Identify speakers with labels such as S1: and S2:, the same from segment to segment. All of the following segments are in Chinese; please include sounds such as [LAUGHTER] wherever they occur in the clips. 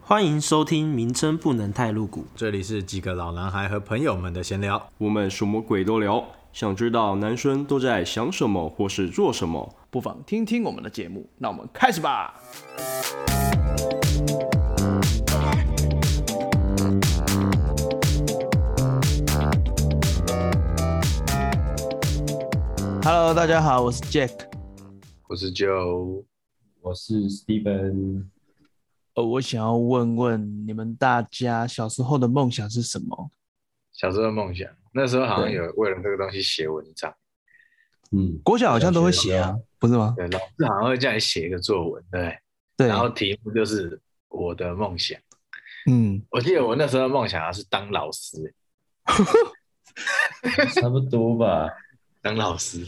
S1: 欢迎收听，名称不能太露骨。
S2: 这里是几个老男孩和朋友们的闲聊，
S3: 我们什么鬼都聊，想知道男生都在想什么或是做什么。
S4: 不妨听听我们的节目。那我们开始吧。Hello，大家好，我是 Jack。
S5: 我是 Joe，
S6: 我是 Steven，
S4: 呃，我想要问问你们大家小时候的梦想是什么？
S5: 小时候的梦想，那时候好像
S4: 对
S5: 有为了这个东西写文章，
S6: 嗯，
S4: 国小好像都会写啊，不是吗？
S5: 对，老师好像会叫你写一个作文，对不对，
S4: 对，
S5: 然后题目就是我的梦想。
S4: 嗯，
S5: 我记得我那时候的梦想啊是当老师，
S6: 差不多吧。 [LAUGHS]
S5: 当老师，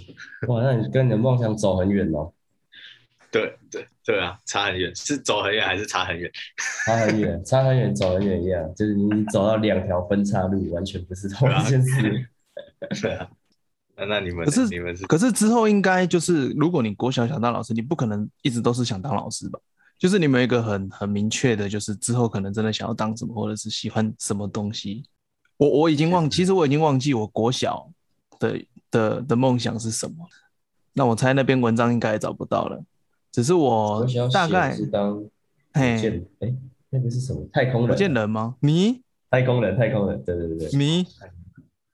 S6: 哇，那你跟你的梦想走很远哦，
S5: 对对对啊，差很远，是走很远还是差很远？
S6: 差很远， [LAUGHS] 差很远，走很远一样，就是你你走到两条分岔路，完全不是同一件事。
S5: 对啊，那那你们呢
S4: 可是
S5: 你们是
S4: 可是之后应该就是，如果你国小想当老师，你不可能一直都是想当老师吧？就是你们有一个很很明确的，就是之后可能真的想要当什么，或者是喜欢什么东西。我我已经忘，其实我已经忘记我国小的的的梦想是什么。那我猜那篇文章应该也找不到了，只是
S6: [LAUGHS]
S4: 我
S6: 我想要
S4: 大
S6: 写
S4: 概嗯
S6: 是当火
S4: 嘿，
S6: 箭，哎，那个是什么？太空
S4: 火箭
S6: 人，
S4: 人吗？你
S6: 太空人，太空人，对对对对，
S4: 你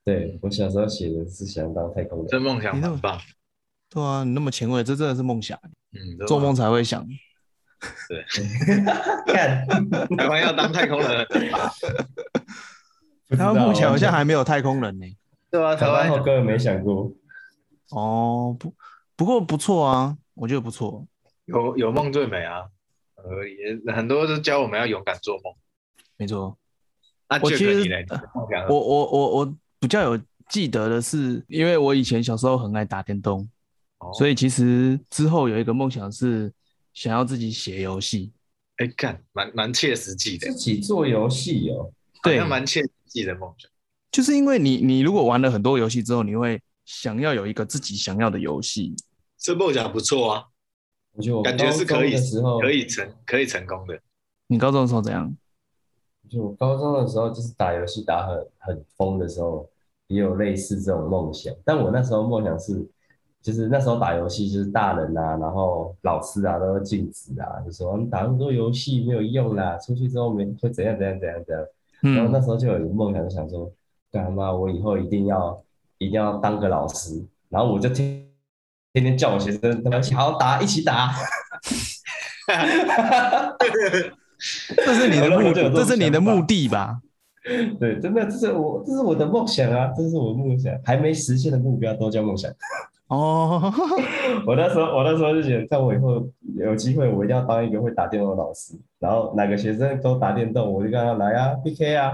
S6: 对我小时候写的是想当太空
S5: 这
S6: 人，
S5: 梦想
S4: 你那
S5: 很棒，
S4: 对啊，你那么前卫，这真的是梦想，
S5: 嗯，
S4: 做梦才会想。
S6: 看，
S5: 这梦台湾要当太空
S2: [LAUGHS]
S5: 人，
S4: 台湾目前好像还没有太空人呢、
S5: 对啊，
S6: 台
S5: 台
S6: 湾
S5: 湾
S6: 后根本没想过，
S4: 哦，不，不过不错啊，我觉得不错。
S5: 有有梦最美啊，呃，也很多都教我们要勇敢做梦。
S4: 没错，
S5: 啊，
S4: 我
S5: Jack，
S4: 其实
S5: 你嘞你的梦
S6: 呃
S5: 想是什么
S4: 我我我我比较有记得的是，因为我以前小时候很爱打电动，
S5: 哦
S4: 所以其实之后有一个梦想是想要自己写游戏。
S5: 哎，看蛮蛮切实际的
S6: 自，己做游戏哦，
S5: 好
S4: 对
S5: 像，蛮切实际的梦想。
S4: 就是因为你你如果玩了很多游戏之后，你会想要有一个自己想要的游戏。
S5: 这梦想不错啊，
S6: 我觉得我
S5: 感觉是
S6: 高
S5: 可以
S6: 中的时候
S5: 可以成可以成功的。
S4: 你高中的时候怎样？
S6: 就我高中的时候，就是打游戏打很很疯的时候，也有类似这种梦想。但我那时候梦想是，就是那时候打游戏，就是大人啊，然后老师啊都会禁止啊，就说你打那么多游戏没有用啦，出去之后没会怎样怎样怎样怎样。然后
S4: 嗯
S6: 那，时候就有一个梦想，就想说，干嘛我以后一定要一定要当个老师。然后我就天天天叫我学生，他们一起好好打，一起打。
S4: 这是你的目，
S6: 我就有这
S4: 这
S6: 种
S4: 是你的
S6: 想法
S4: 目的吧？
S6: 对，真的，这是我，这是我的梦想啊，这是我的梦想，还没实现的目标都叫梦
S5: [LAUGHS]
S6: 想。
S4: 哦， [LAUGHS]
S6: 我那时候，我那时候就觉得，看我以后有机会，我一定要当一个会打电动的老师。然后哪个学生都打电动，我就跟他来啊，PK 啊，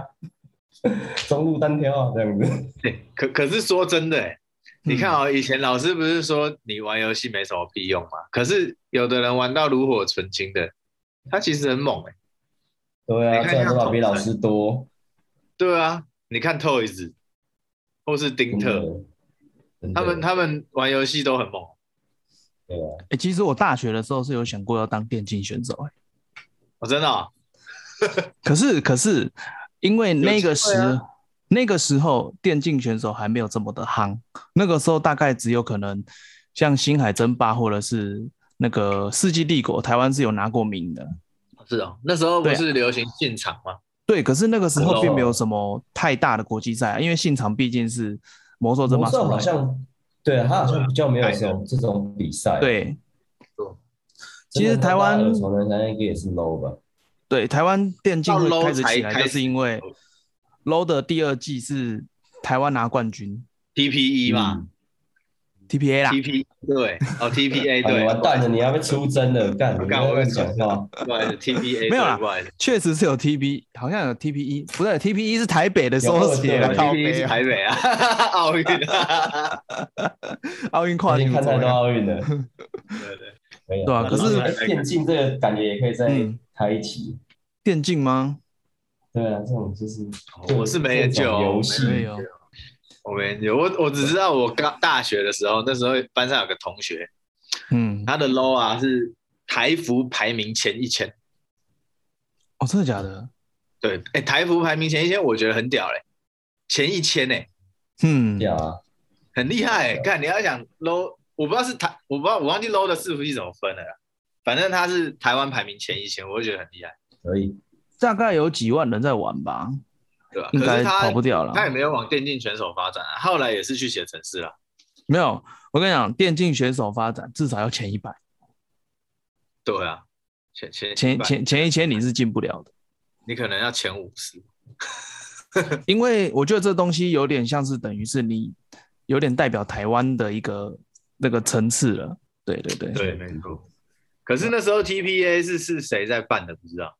S6: [LAUGHS] 中路单挑啊，这样子。
S5: 对，可可是说真的、欸，你看哦，以前老师不是说你玩游戏没什么屁用吗？可是有的人玩到炉火纯青的，他其实很猛哎、
S6: 对啊，
S5: 你看一
S6: 赚
S5: 下
S6: 的多少比
S5: 同
S6: 老
S5: 城
S6: 师多，
S5: 对啊，你看 Toys 或是丁
S6: 真
S5: 特，
S6: 的，真
S5: 他们
S6: 的
S5: 他们玩游戏都很猛。
S6: 对啊，
S4: 哎，其实我大学的时候是有想过要当电竞选手，哎。
S5: 我、真的、哦，
S4: 可是可是，因为那个时、
S5: 有机会啊
S4: 那个时候电竞选手还没有这么的夯，那个时候大概只有可能像星海争霸或者是那个世纪帝国，台湾是有拿过名的。
S5: 是哦，那时候不
S4: 对啊
S5: 是流行进场吗？
S4: 对，可是那个时
S6: 国
S4: 候
S6: 手
S4: 并没有什么太大的国际赛、啊，因为现场毕竟是魔兽争霸
S6: 魔
S4: 出
S6: 兽
S4: 来的
S6: 好像，对啊，他好像比较没有
S5: 改
S6: 这种这种比赛。，
S4: 对
S5: 错。
S4: 其实台湾
S6: 从人才应该也是 low 吧。
S4: 对台湾电竞会
S5: 到 low
S4: 开始起
S5: 才
S4: 来，
S5: 开
S4: 就是
S5: 始
S4: 因为 LOL 的第二季是台湾拿冠军
S5: TPE E 嘛、
S6: 嗯
S4: TPA 啦
S5: t p 对，哦 [LAUGHS] TPA
S6: 哎
S5: 对，
S6: 完蛋了，你要被出征了，干！你
S5: 干我
S6: 不
S5: 被
S6: 要乱
S5: 出
S6: 讲
S5: 征
S6: 话。
S5: 不好意思
S4: [LAUGHS]
S5: TPA
S4: 没有啦
S5: 对不好意思
S4: 确实是有 TP，好像有 TPE，不对，TPE 是台北的缩写
S6: 有
S4: 啦，
S6: 有
S4: 靠
S5: TPE
S4: 北
S5: 是
S4: 啊
S5: 台北啊， [LAUGHS] 奥运
S4: [LAUGHS]
S5: 啊，
S4: 奥运跨
S6: 已
S4: 年
S6: 经看太多奥运了，
S5: 对对。
S6: 对
S4: 对啊可是
S6: 电竞这个感觉也可以再
S4: 嗯
S6: 开一期。
S4: 电竞吗？
S6: 对啊，这种就是
S5: 我是没研究
S6: 这种游戏
S4: 没有，
S5: 我没有，我我只知道我刚大学的时候，那时候班上有个同学，
S4: 嗯，
S5: 他的 low 啊是台服排名前一千，
S4: 哦，真的假的？
S5: 对，哎、台服排名前一千，我觉得很屌嘞、前一千哎、
S4: 嗯，
S6: 对啊，
S5: 很厉害、欸。看你要想 low，我不知道是台，我不知道我忘记 low 的伺服器怎么分了啦，反正它是台湾排名前一千，我就觉得很厉害，
S6: 所以
S4: 大概有几万人在玩吧，
S5: 对吧、
S4: 应
S5: 可
S4: 该
S5: 是
S4: 跑不
S5: 他
S4: 掉了。
S5: 他也没有往电竞选手发展、啊，后来也是去写程式了。
S4: 没有，我跟你讲，电竞选手发展至少要前一百，
S5: 对啊，前前
S4: 前前前一千你是进不了的，
S5: 你可能要前五十，
S4: 因为我觉得这东西有点像是等于是你有点代表台湾的一个那个层次了。对对对，
S5: 对，没错。可是那时候 TPA 是是谁在办的不知道，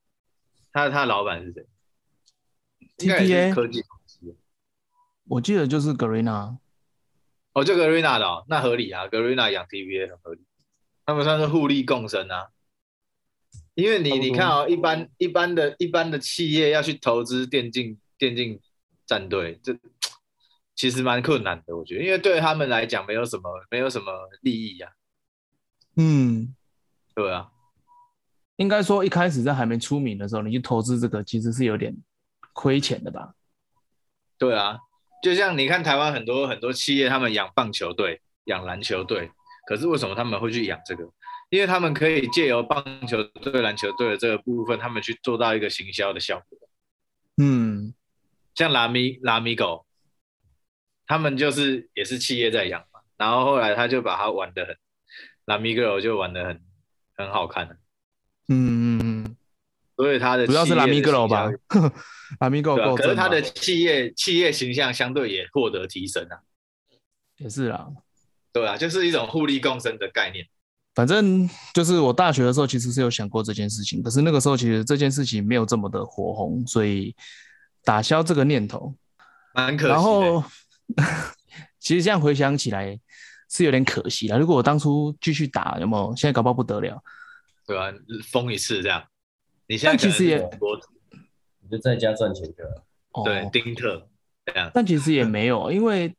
S5: 他他老板是谁
S4: TPA
S5: 应该也是科技公司。
S4: 我记得就是 Garena，
S5: 哦，就 Garena 的、哦，那合理啊，Garena 养 TPA 很合理，他们算是互利共生啊。因为你你看哦，一般一般的一般的企业要去投资电竞电竞战队，这其实蛮困难的，我觉得，因为对他们来讲没有什么没有什么利益啊，
S4: 嗯，
S5: 对啊，
S4: 应该说一开始在还没出名的时候，你去投资这个其实是有点亏钱的吧？
S5: 对啊，就像你看台湾很多很多企业，他们养棒球队、养篮球队，可是为什么他们会去养这个？因为他们可以借由棒球队、篮球队的这个部分，他们去做到一个行销的效果。
S4: 嗯，
S5: 像拉米拉米狗，他们就是也是企业在养嘛，然后后来他就把它玩的很，拉米狗就玩的很很好看了，
S4: 嗯嗯嗯，
S5: 所以他的
S4: 主要是
S5: 企业
S4: 拉
S5: 的
S4: 米格罗吧
S5: 行销，
S4: [LAUGHS] 拉米格
S5: 对啊、
S4: 罗够
S5: 可是
S4: 正
S5: 他
S4: 吧
S5: 的企业企业形象相对也获得提升啊，
S4: 也是啦。
S5: 对啊，就是一种互利共生的概念。
S4: 反正就是我大学的时候，其实是有想过这件事情，可是那个时候其实这件事情没有这么的火红，所以打消这个念头。
S5: 蛮可惜的。
S4: 然后， [LAUGHS] 其实这样回想起来是有点可惜啦。如果我当初继续打，有没有？现在搞不好不得了。
S5: 对吧、封一次这样，你现在
S4: 但其
S5: 可能
S4: 实也
S5: 是国
S6: 你就在家赚钱就好。
S4: 哦、
S5: 对丁特这样，
S4: 但其实也没有，因为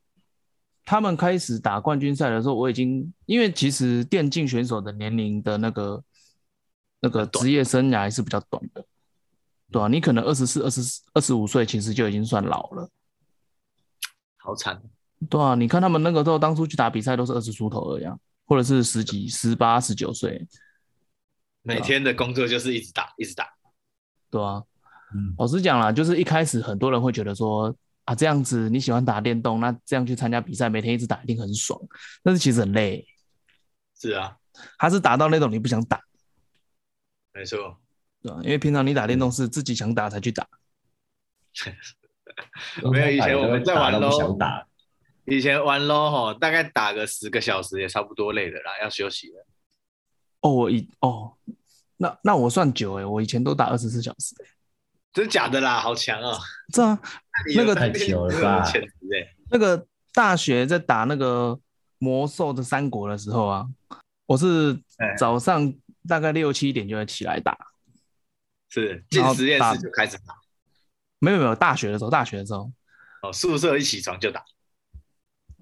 S4: 他们开始打冠军赛的时候，我已经因为其实电竞选手的年龄的那个那个职业生涯是比较短的，对啊，你可能二十四、二十二十五岁，其实就已经算老了，
S5: 好惨。
S4: 对啊，你看他们那个时候当初去打比赛都是二十出头而已、啊，或者是十几、十八、十九岁，啊
S5: 每天的工作就是一直打，一直打。
S4: 对啊。
S2: 嗯
S4: 老实讲啦，就是一开始很多人会觉得说啊，这样子你喜欢打电动，那这样去参加比赛，每天一直打一定很爽，但是其实很累。
S5: 是啊，
S4: 他是打到那种你不想打，
S5: 没错。
S4: 对吧？因为平常你打电动是自己想打才去打，
S5: 没有以前我们在玩
S6: 打都不
S5: 咯
S6: 想打，
S5: 以前玩 LO 吼，大概打个十个小时也差不多累了啦，要休息了。
S4: 哦，我以哦，那那我算久哎、我以前都打二十四小时、欸，
S5: 真假的啦，好强哦！
S4: 这啊，
S5: [LAUGHS]
S4: 那个
S6: 太久了吧
S5: 潜质哎，
S4: 那个大学在打那个魔兽的三国的时候啊，我是
S5: 哎
S4: 早上大概六七点就会起来打，
S5: 是进
S4: 然后
S5: 实验
S4: 打
S5: 室就开始打，
S4: 没有没有，大学的时候，大学的时候，
S5: 哦，宿舍一起床就打。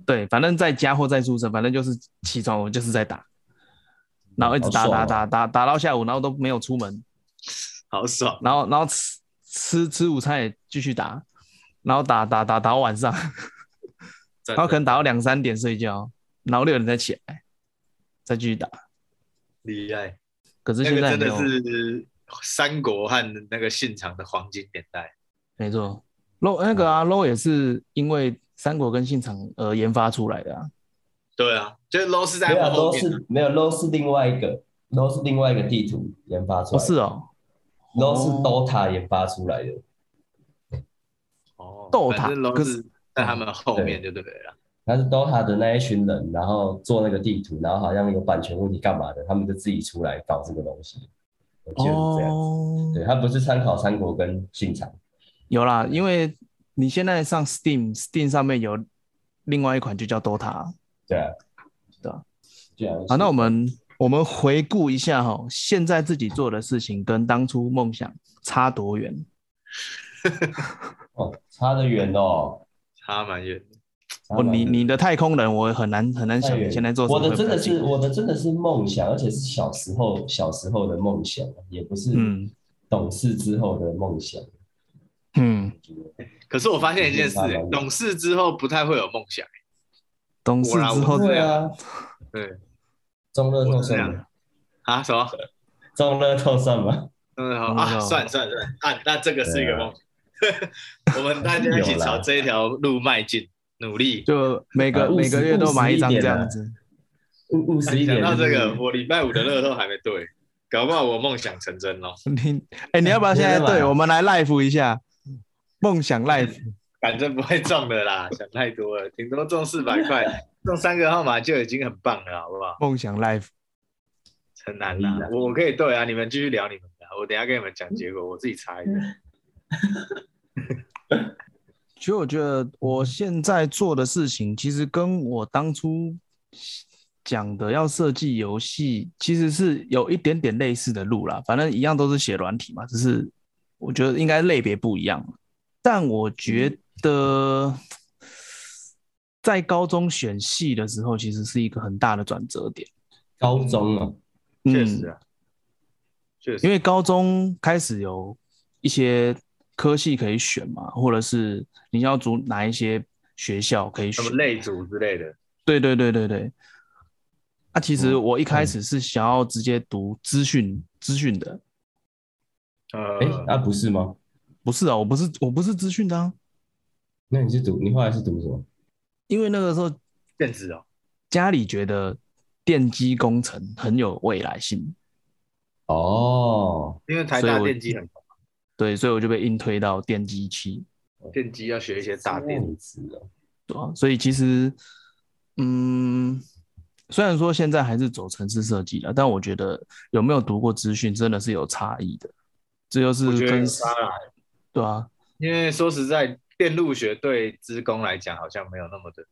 S4: 对，反正在家或在宿舍，反正就是起床我就是在打，然后一直打
S6: 好爽
S4: 打
S6: 哦
S4: 打打打到下午，然后都没有出门，
S5: 好爽，
S4: 然后然后吃吃吃午餐也继续打，然后打打打打到晚上， [LAUGHS]
S5: 真
S4: 然后可
S5: 的
S4: 能打到两三点睡觉，然后六点再起来，再继续打。
S5: 厉害。
S4: 可是
S5: 那
S4: 现
S5: 个
S4: 在
S5: 真
S4: 没
S5: 的
S4: 有，
S5: 是三国和那个信长的黄金年代。
S4: 没错，low 那个啊 low 也是因为三国跟信长而研发出来的啊。
S5: 对啊，就是 LO 是在
S6: 没有
S5: 后
S6: 都
S5: 面的
S6: 是没有都是另外一个都是另外一个地图研发出来
S4: 哦，
S6: 的，
S4: 是哦，
S6: 都是
S4: 哦
S6: DOTA 研发出来的，
S5: 哦，
S4: 斗
S5: 反
S4: 塔
S5: 正都
S4: 可
S5: 是
S4: 是
S5: 在他们后面就对了。
S6: 他是 DOTA 的那一群人，然后做那个地图，然后好像有版权问题干嘛的，他们就自己出来搞这个东西，我记得是这样。
S4: 哦，
S6: 对，他不是参考三国跟信长，
S4: 有啦，因为你现在上 Steam，Steam 上面有另外一款就叫 DOTA，
S6: 对啊，
S4: 对啊，
S6: 对啊。
S4: 好，那我们我们回顾一下哈、现在自己做的事情跟当初梦想差多远？
S6: 哦，差得远哦。
S5: 差蛮远的。
S6: 差
S4: 哦，
S6: 蛮
S4: 你
S6: 远
S4: 你的太空人，我很难很难
S6: 太
S4: 想
S6: 远
S4: 你现在做什么
S6: 我
S4: 会
S6: 的
S4: 比较
S6: 真
S4: 近。
S6: 的是啊我的真的是梦想，而且是小时候小时候的梦想，也不是
S4: 嗯
S6: 懂事之后的梦想。
S4: 嗯，
S5: 可是我发现一件事、
S6: 明白
S5: 欸
S6: 了
S5: 懂事之后不太会有梦想、
S4: 懂事
S5: 果然
S4: 之后
S5: 我
S6: 对啊，
S5: 对
S6: 中乐透
S5: 我这
S6: 算
S5: 样
S6: 吗？
S5: 啊，什么？
S6: 中乐透算吗？
S5: 嗯，好
S4: 嗯
S5: 啊，
S4: 好
S5: 算算算啊，那这个是一个梦 [LAUGHS] 想，我们大家一起
S6: 有啦
S5: 朝这一条路迈进，努力。
S4: 就每个
S6: 啊务实
S4: 每个月都买一张这样子，
S6: 务务实一
S5: 讲
S6: 点。
S5: 到这个，
S6: 就是
S5: 我礼拜五的乐透还没对，搞不好我梦想成真咯。
S4: 你哎，你要不要
S6: [LAUGHS]
S4: 现在
S6: 真的
S4: 对
S6: 吗
S4: 我们来 live 一下梦想 live？
S5: 反正不会中的啦，想太多了，顶多中四百块，中三个号码就已经很棒了，好不好？
S4: 梦想 live，
S5: 很难啦
S6: 可以啦，
S5: 我可以对啊，你们继续聊你们的，我等一下跟你们
S4: 嗯
S5: 讲结果，我自己猜的。
S4: 其实我觉得
S5: 嗯
S4: 我现在做的事情，其实跟我当初讲的要设计游戏，其实是有一点点类似的路啦。反正一样都是写软体嘛，只是我觉得应该类别不一样。但我
S5: 嗯
S4: 觉得在高中选系的时候，其实是一个很大的转折点。
S6: 高中啊，
S5: 确
S4: 嗯
S5: 实啊，确实，
S4: 因为高中开始有一些科系可以选嘛，或者是你要组哪一些学校可以
S5: 什
S4: 选
S5: 么。类组之类的，
S4: 对对对对对。那、其实
S6: 嗯
S4: 我一开始是想要直接读资讯资讯的，
S5: 呃
S6: 哎，，啊不是吗？
S4: 不是啊，我不是我不是资讯的、啊，
S6: 那你是读，你后来是读什么？
S4: 因为那个时候
S5: 电子哦，
S4: 家里觉得电机工程很有未来性，
S6: 哦，
S5: 因为台
S4: 所以
S5: 大
S4: 我
S5: 电机很
S4: 对，所以我就被硬推到电机系。
S5: 电机要学一些大
S6: 这
S5: 电
S6: 样子哦，
S4: 对啊，所以其实，嗯，虽然说现在还是走城市设计了，但我觉得有没有读过资讯真的是有差异的。这就是
S5: 我觉得
S4: 跟
S5: 有差啦
S4: 对啊，
S5: 因为说实在，电路学对职工来讲好像没有那么的，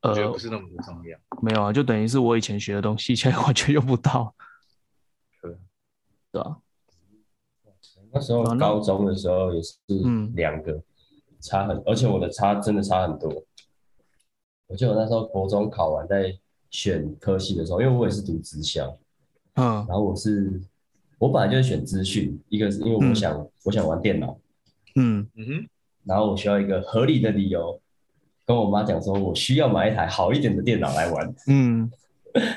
S5: 我觉得
S4: 呃
S5: 不，是那么的重要。
S4: 没有啊，就等于是我以前学的东西， [LAUGHS] 现在完全用不到。
S5: 对，
S4: 对啊，
S6: 那时候
S4: 啊那
S6: 高中的时候也是
S4: 嗯
S6: 两个差很，而且我的差真的差很多。我记得我那时候国中考完在选科系的时候，因为我也是读职校，
S4: 嗯
S6: 然后我是我本来就是选资讯，一个是因为我
S4: 嗯
S6: 想、我想玩电脑，
S4: 嗯
S5: 嗯哼，
S6: 然后我需要一个合理的理由跟我妈讲说，我需要买一台好一点的电脑来玩，
S4: 嗯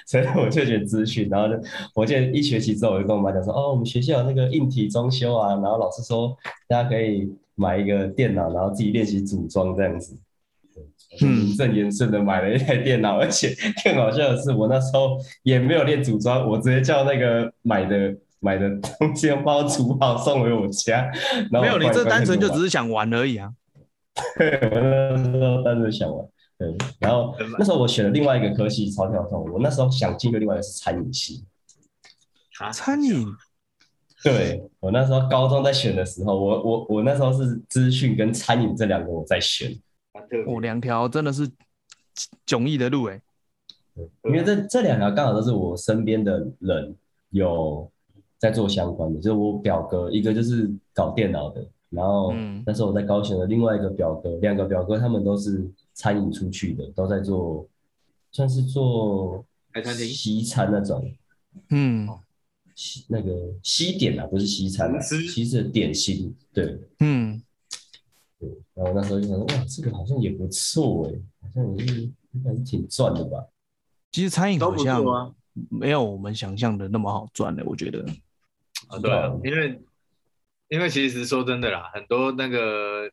S6: 所以我就选资讯。然后呢，我记得一学期之后，我就跟我妈讲说，哦，我们学校有那个硬体装修啊，然后老师说大家可以买一个电脑，然后自己练习组装这样子。名
S4: 嗯，
S6: 正言顺的买了一台电脑，而且更好笑的是，我那时候也没有练组装，我直接叫那个买的买的东西帮我煮好送回我家。然后
S4: 没有，
S6: 我
S4: 你这单纯就只
S6: 是
S4: 是想玩而已啊。
S6: 我那时候单纯想玩。对，然后那时候我选了另外一个科系，超跳痛。我那时候想进的另外一个是餐饮系。
S5: 啊
S4: 餐饮，
S6: 对我那时候高中在选的时候，我我我那时候是资讯跟餐饮这两个我在选，
S5: 蛮特别
S4: 我哦两条真的是迥异的路欸诶、
S5: 嗯
S6: 因为这这两条刚好都是我身边的人有在做相关的，就是我表哥一个就是搞电脑的，然后
S4: 嗯
S6: 那时候我在高雄的另外一个表哥，两个表哥他们都是餐饮出去的，都在做算是做
S5: 开餐厅
S6: 西餐那种
S4: 嗯
S6: 西那个西点啊，不是西餐啊，
S5: 小吃
S6: 西式的点心，对。
S4: 嗯，
S6: 对，然后那时候就想说，哇，这个好像也不错哎，好像也是应该是挺赚的吧？
S4: 其实餐饮
S5: 都
S4: 好
S5: 不
S4: 像
S5: 错啊。
S4: 没有我们想象的那么好赚欸的、我觉得。
S5: 啊，对啊，
S6: 欸
S5: 因为因为其实说真的啦，很多那个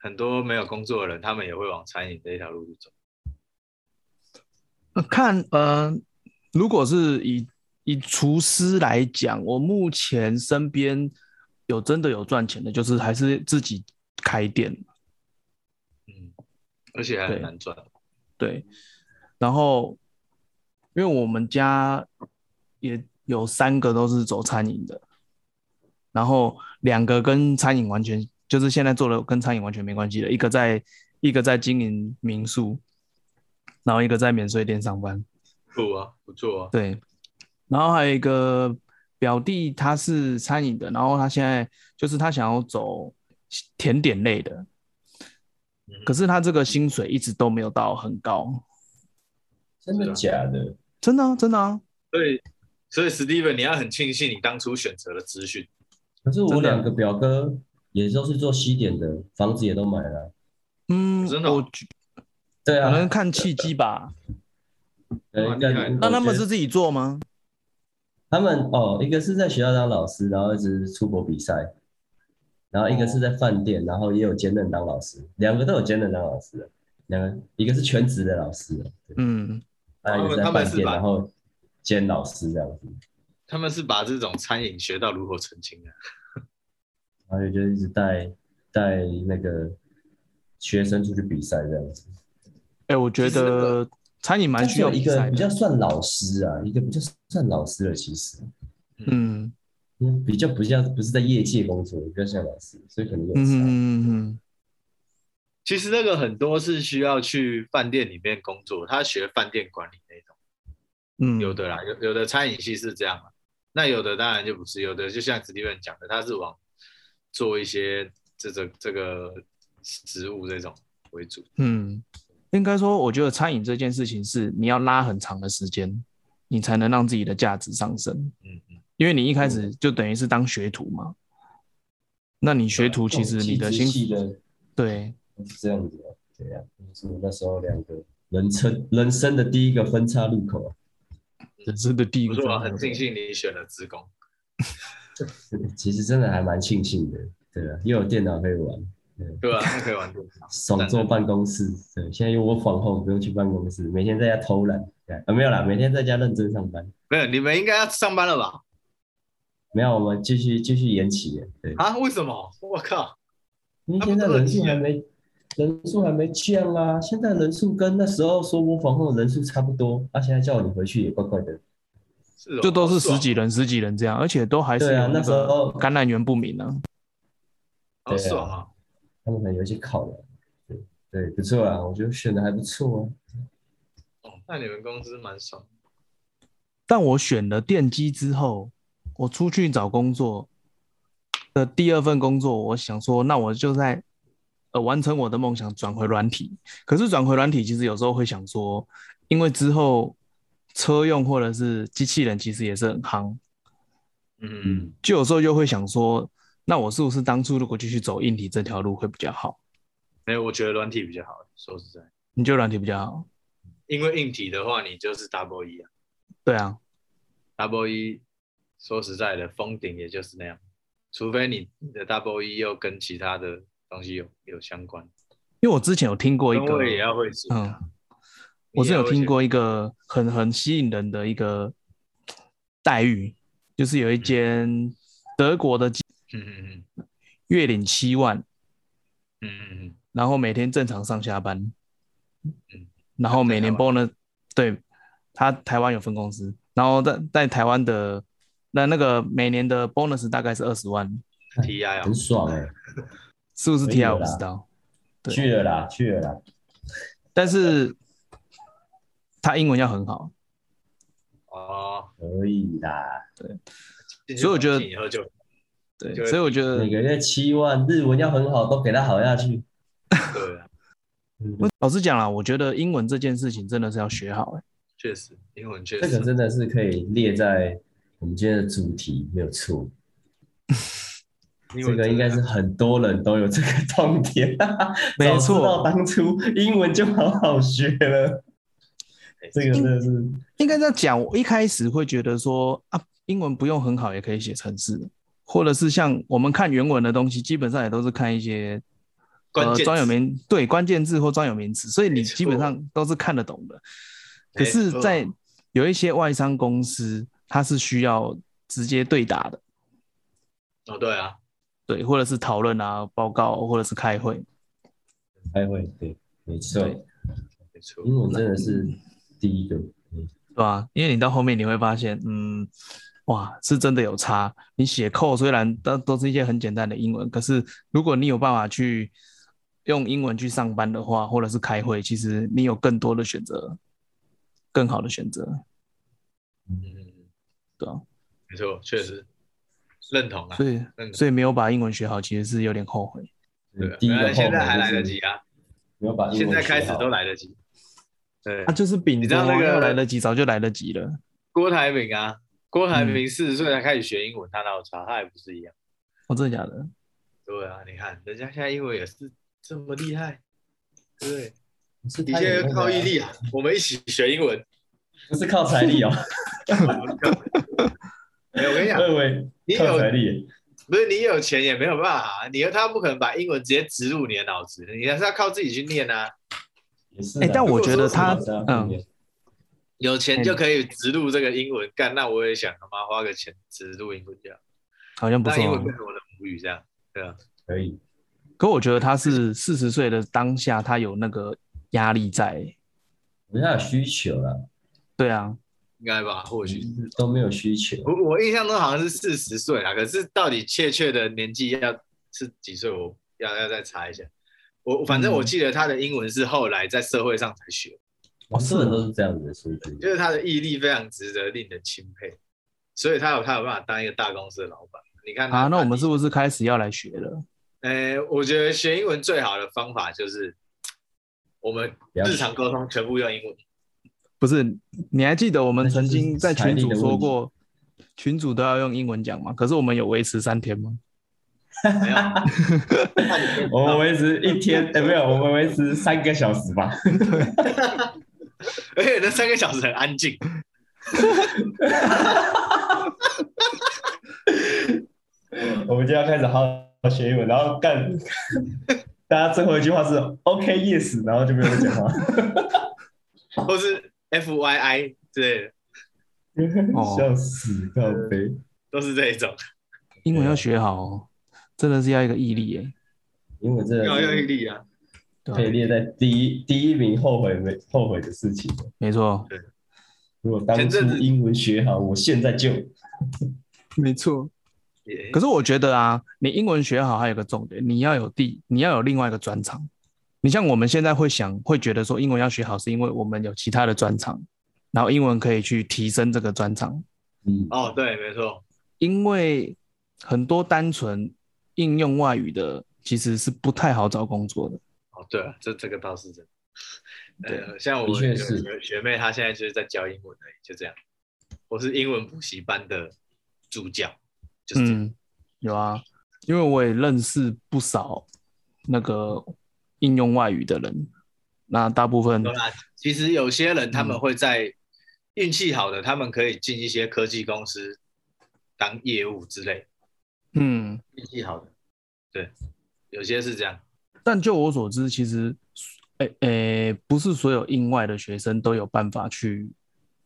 S5: 很多没有工作的人，他们也会往餐饮这一条路去走。
S4: 呃看，呃，如果是以以厨师来讲，我目前身边有真的有赚钱的，就是还是自己开店，
S5: 嗯，而且还很难赚。
S4: 对。然后，因为我们家也有三个都是走餐饮的，然后两个跟餐饮完全就是现在做的跟餐饮完全没关系的，一个在一个在经营民宿，然后一个在免税店上班。
S5: 不啊，不错啊。
S4: 对，然后还有一个表弟，他是餐饮的，然后他现在就是他想要走甜点类的，
S5: 嗯
S4: 可是他这个薪水一直都没有到很高，
S6: 真
S5: 啊
S6: 的假的？
S4: 真的啊、真的啊，
S5: 所以所以 Steven，你要很庆幸你当初选择了资讯，
S6: 可是我
S4: 真的
S6: 两个表哥也都是做西点的，房子也都买了。
S4: 嗯，
S5: 真的哦
S4: 我觉
S6: 对
S4: 可
S6: 啊，
S4: 能看契机吧。
S6: 对
S5: 哇
S6: 应该
S5: 厉害
S4: 那他
S6: 我
S4: 们
S6: 觉得
S4: 是自己做吗？
S6: 他们哦，一个是在学校当老师，然后一直出国比赛，然后一个是在饭店，然后也有兼任当老师，两个都有兼任当老师的，两个一个是全职的老师，对，
S4: 嗯，
S6: 还有一个是
S5: 哦他们他
S6: 在饭
S5: 们是
S6: 店，
S5: 吧
S6: 然后兼老师这样子，
S5: 他们是把这种餐饮学到炉火纯青啊。
S6: 然后就一直带带那个学生出去比赛这样子。
S4: 哎，我觉
S5: 其实那个
S4: 得餐饮蛮
S6: 但是
S4: 需要
S6: 有一
S4: 比
S6: 个
S4: 赛
S6: 比较
S4: 的。
S6: 算老师啊，一个比较算老师的其实，
S4: 嗯
S6: 嗯，比较不像不是在业界工作，比较像老师，所以可能有
S4: 嗯
S6: 差。
S4: 嗯嗯
S5: 其实那个很多是需要去饭店里面工作，他学饭店管理那种，
S4: 嗯，
S5: 有的啦，有有的餐饮系是这样嘛，啊那有的当然就不是，有的就像 Steven 讲的，他是往做一些这这这个职务这种为主。
S4: 嗯，应该说，我觉得餐饮这件事情是你要拉很长的时间，你才能让自己的价值上升。
S5: 嗯嗯，
S4: 因为你一开始就等于是当学徒嘛，那你学徒
S5: 啊
S4: 其实你的
S6: 薪系
S4: 薪
S6: 的
S4: 对，
S6: 是这样子啊，对呀、就是我那时候两个人生人生的第一个分岔路口啊， [LAUGHS]
S4: 人生的第一
S5: 不
S4: 个
S5: 错啊，
S4: 分
S5: 很
S4: 享
S5: 庆幸你选了职工。
S6: 其实真的还蛮庆幸的，对啊，又有电脑可以玩，
S5: 对吧、 [LAUGHS] 那可以玩电脑。
S6: 爽坐办公室，对，现在有我访后不用去办公室，每天在家偷懒，对啊，没有啦，每天在家认真上班，
S5: 没有，你们应该要上班了吧？
S6: 没有，我们继续继续延期了，对，
S5: 啊？为什么？ [LAUGHS] 我靠！
S6: 因为现在人数还没人数还没降啊，现在人数跟那时候说我访后人数差不多，啊，现在叫你回去也怪怪的，
S5: 是哦
S4: 就都是十
S5: 好爽
S4: 几人、十几人这样，而且都还是
S6: 对啊
S4: 有
S6: 那时
S4: 个
S6: 候
S4: 感染源不明啊。
S5: 好爽啊！
S6: 他们可能有一些考量，对对，不错啊，我觉得选的还不错啊。
S5: 哦，那你们公司蛮爽。
S4: 但我选了电机之后，我出去找工作的第二份工作，我想说，那我就在呃完成我的梦想，转回软体。可是转回软体，其实有时候会想说，因为之后车用或者是机器人，其实也是很夯，
S5: 嗯，
S4: 就有时候就会想说，那我是不是当初如果继续走硬体这条路会比较好？
S5: 没有，我觉得软体比较好。说实在，
S4: 你觉得软体比较好？
S5: 因为硬体的话，你就是 double 一啊
S4: 对啊，
S5: ，double 一。说实在的，封顶也就是那样，除非你的 double 一又跟其他的东西有有相关，
S4: 因为我之前有听过一
S5: 工
S4: 个，
S5: 位也要会写啊。
S4: 嗯我是有听过一个很很吸引人的一个待遇，就是有一间德国的
S5: 你也会写。嗯嗯嗯
S4: 月领七万，
S5: 嗯嗯嗯，
S4: 然后每天正常上下班
S5: 嗯，
S4: 然后每年
S5: 在台
S4: bonus，对，他台湾有分公司，然后在在台湾的那那个每年的 bonus 大概是二十万，
S5: 嗯 TI 啊
S6: 很，爽哎、
S4: 是不是
S6: 可以
S4: T I
S6: 了
S4: 我不
S6: 啦
S4: 知道，对
S6: 去了啦，去了啦，
S4: 但是他英文要很好，
S5: 哦，
S6: 可以啦。
S5: 进去
S4: 所以我觉得
S5: 软体以后就
S4: 对，
S5: 就会
S4: 所以我觉得
S6: 每个月七万，日文要很好，都给他好下去。
S5: 对啊，
S4: 我老实讲啦，我觉得英文这件事情真的是要学好、欸。
S5: 确实英文确
S6: 这
S5: 实
S6: 个真的是可以列在我们今天的主题，没有错。
S5: 英
S6: 这
S5: 文
S6: 个应该是
S5: 真的啊
S6: 很多人都有这个痛点，
S4: 没
S6: [LAUGHS] 早知
S4: 错
S6: 道当初英文就好好学
S5: [LAUGHS]
S6: 了。这个真的是
S4: 应该这样讲，我一开始会觉得说啊，英文不用很好也可以写程式，或者是像我们看原文的东西，基本上也都是看一些
S5: 关
S4: 呃
S5: 键字
S4: 专有名对关键字或专有名词，所以你
S5: 没错
S4: 基本上都是看得懂的。可
S5: 没
S4: 是，
S5: 错
S4: 在有一些外商公司，它是需要直接对打的，
S5: 哦，对啊，
S4: 对，或者是讨论啊、报告，或者是开会。
S6: 开会，对，没错，
S4: 对
S5: 没错，嗯
S4: 嗯
S6: 英文真的是第一个。嗯
S4: 对啊，因为你到后面你会发现，嗯，哇，是真的有差。你写扣虽然都都是一些很简单的英文，可是如果你有办法去用英文去上班的话，或者是开会，其实你有更多的选择，更好的选择，
S5: 嗯嗯。嗯
S4: 对啊。
S5: 没错，确实认同啊。
S4: 所以
S5: 嗯
S4: 所以没有把英文学好，其实是有点后悔。
S5: 对啊，
S6: 第一
S5: 没
S6: 个
S5: 关系现在
S6: 后悔
S5: 还来
S6: 就是
S5: 得及啊，
S6: 没有把英
S5: 现
S6: 文
S5: 在开
S6: 学
S5: 始
S6: 好
S5: 都来得及。对
S4: 啊，，就是饼
S5: 你知道那个
S4: 要来得及，早就来得及了。
S6: 嗯
S5: 郭台铭啊，郭台铭四十岁才开始学英文，他哪有差？他还不是一样？
S4: 哦，真的假的？
S5: 对啊，你看人家现在英文也是这么厉害，对不对，
S6: 是
S5: 一
S6: 他有
S5: 切
S6: 那个
S5: 靠毅力啊！我们一起学英
S6: [LAUGHS]
S5: 文。
S6: 不是靠财力
S5: [LAUGHS]
S6: 哦，
S5: 没哎有，我跟你讲，
S6: 我以为
S5: 你
S6: 靠
S5: 有
S6: 财力，
S5: 不是你有钱也没有办法、啊，你和他不可能把英文直接植入你的脑子，你还是要靠自己去念啊。
S6: 也是啊。
S4: 哎但我觉得他
S6: 不是啊
S4: 嗯
S5: 有钱就可以植入这个英文，干那我也想他妈花个钱植入英文教，
S4: 好像不
S5: 让
S4: 错
S5: 英
S4: 哦
S5: 文。变成我的母语这样。对啊，
S6: 可以，
S4: 可我觉得他是四十岁的当下，他有那个压力在。
S6: 人家有需求啦，
S4: 对啊，
S5: 应该吧？或许
S4: 嗯
S6: 都没有需求，
S5: 我我印象中好像是四十岁啊，可是到底确切的年纪要是几岁，我要要再查一下。我反正我
S4: 嗯
S5: 记得他的英文是后来在社会上才学，
S6: 我们人哦都是这样子的心
S5: 就
S6: 情。
S5: 是他的毅力非常值得令人钦佩，所以他有他有办法当一个大公司的老板。你看他
S4: 啊，那我们是不是开始要来学了？
S5: 呃，我觉得学英文最好的方法就是我们
S6: 不要
S5: 日常沟通全部用英文。
S4: 不是，你还记得我们
S6: 那就是
S4: 曾经在群
S6: 财力
S4: 主
S6: 的
S4: 说
S6: 问题
S4: 过，群主都要用英文讲嘛？可是我们有维持三
S6: [LAUGHS]
S4: 天吗？
S5: 没有，啊哦
S6: 我们维持一天，哎，没有，我们维持三个小时吧。
S5: 而且那三个小时很安静，
S6: 我们就要开始好好学英文，然后干，大家最后一句话是 OK yes，然后就没有人讲话。
S5: 或是 F Y I 之类的，
S4: 哦
S6: 笑死，靠背。
S5: 都是这一种，
S4: 英文要学好、哦，真的是要一个毅力耶。
S6: 因为我真的
S5: 要有毅
S6: 是
S5: 力啊。
S6: 可以
S4: 对、啊，
S6: 列在第一第一名后悔没后悔的事情。[LAUGHS]
S4: 没错，
S6: 如果当
S5: 前
S6: 初
S5: 阵子
S6: 英文学好，我现在就
S4: 没错。
S5: 也
S4: 可是我觉得啊，你英文学好还有个重点，你要有第，你要有另外一个专长。你像我们现在会想，会觉得说英文要学好，是因为我们有其他的专长，然后英文可以去提升这个专长。
S6: 嗯，
S5: 哦，对，没错，
S4: 因为很多单纯应用外语的，其实是不太好找工作的。
S5: 哦，对啊，这这个倒是真的。
S4: 对
S5: 呃，像我
S6: 的确是
S5: 有有学妹，她现在就是在教英文而已，就这样。我是英文补习班的助教，就是这样。
S4: 嗯，有啊，因为我也认识不少那个应用外语的人，那大部分
S5: 有啦，其实有些人他们会在运气好的，他们可以进一些科技公司当业务之类，
S4: 嗯，
S5: 运气好的，对，有些是这样。
S4: 但就我所知，其实，诶、诶、不是所有应外的学生都有办法去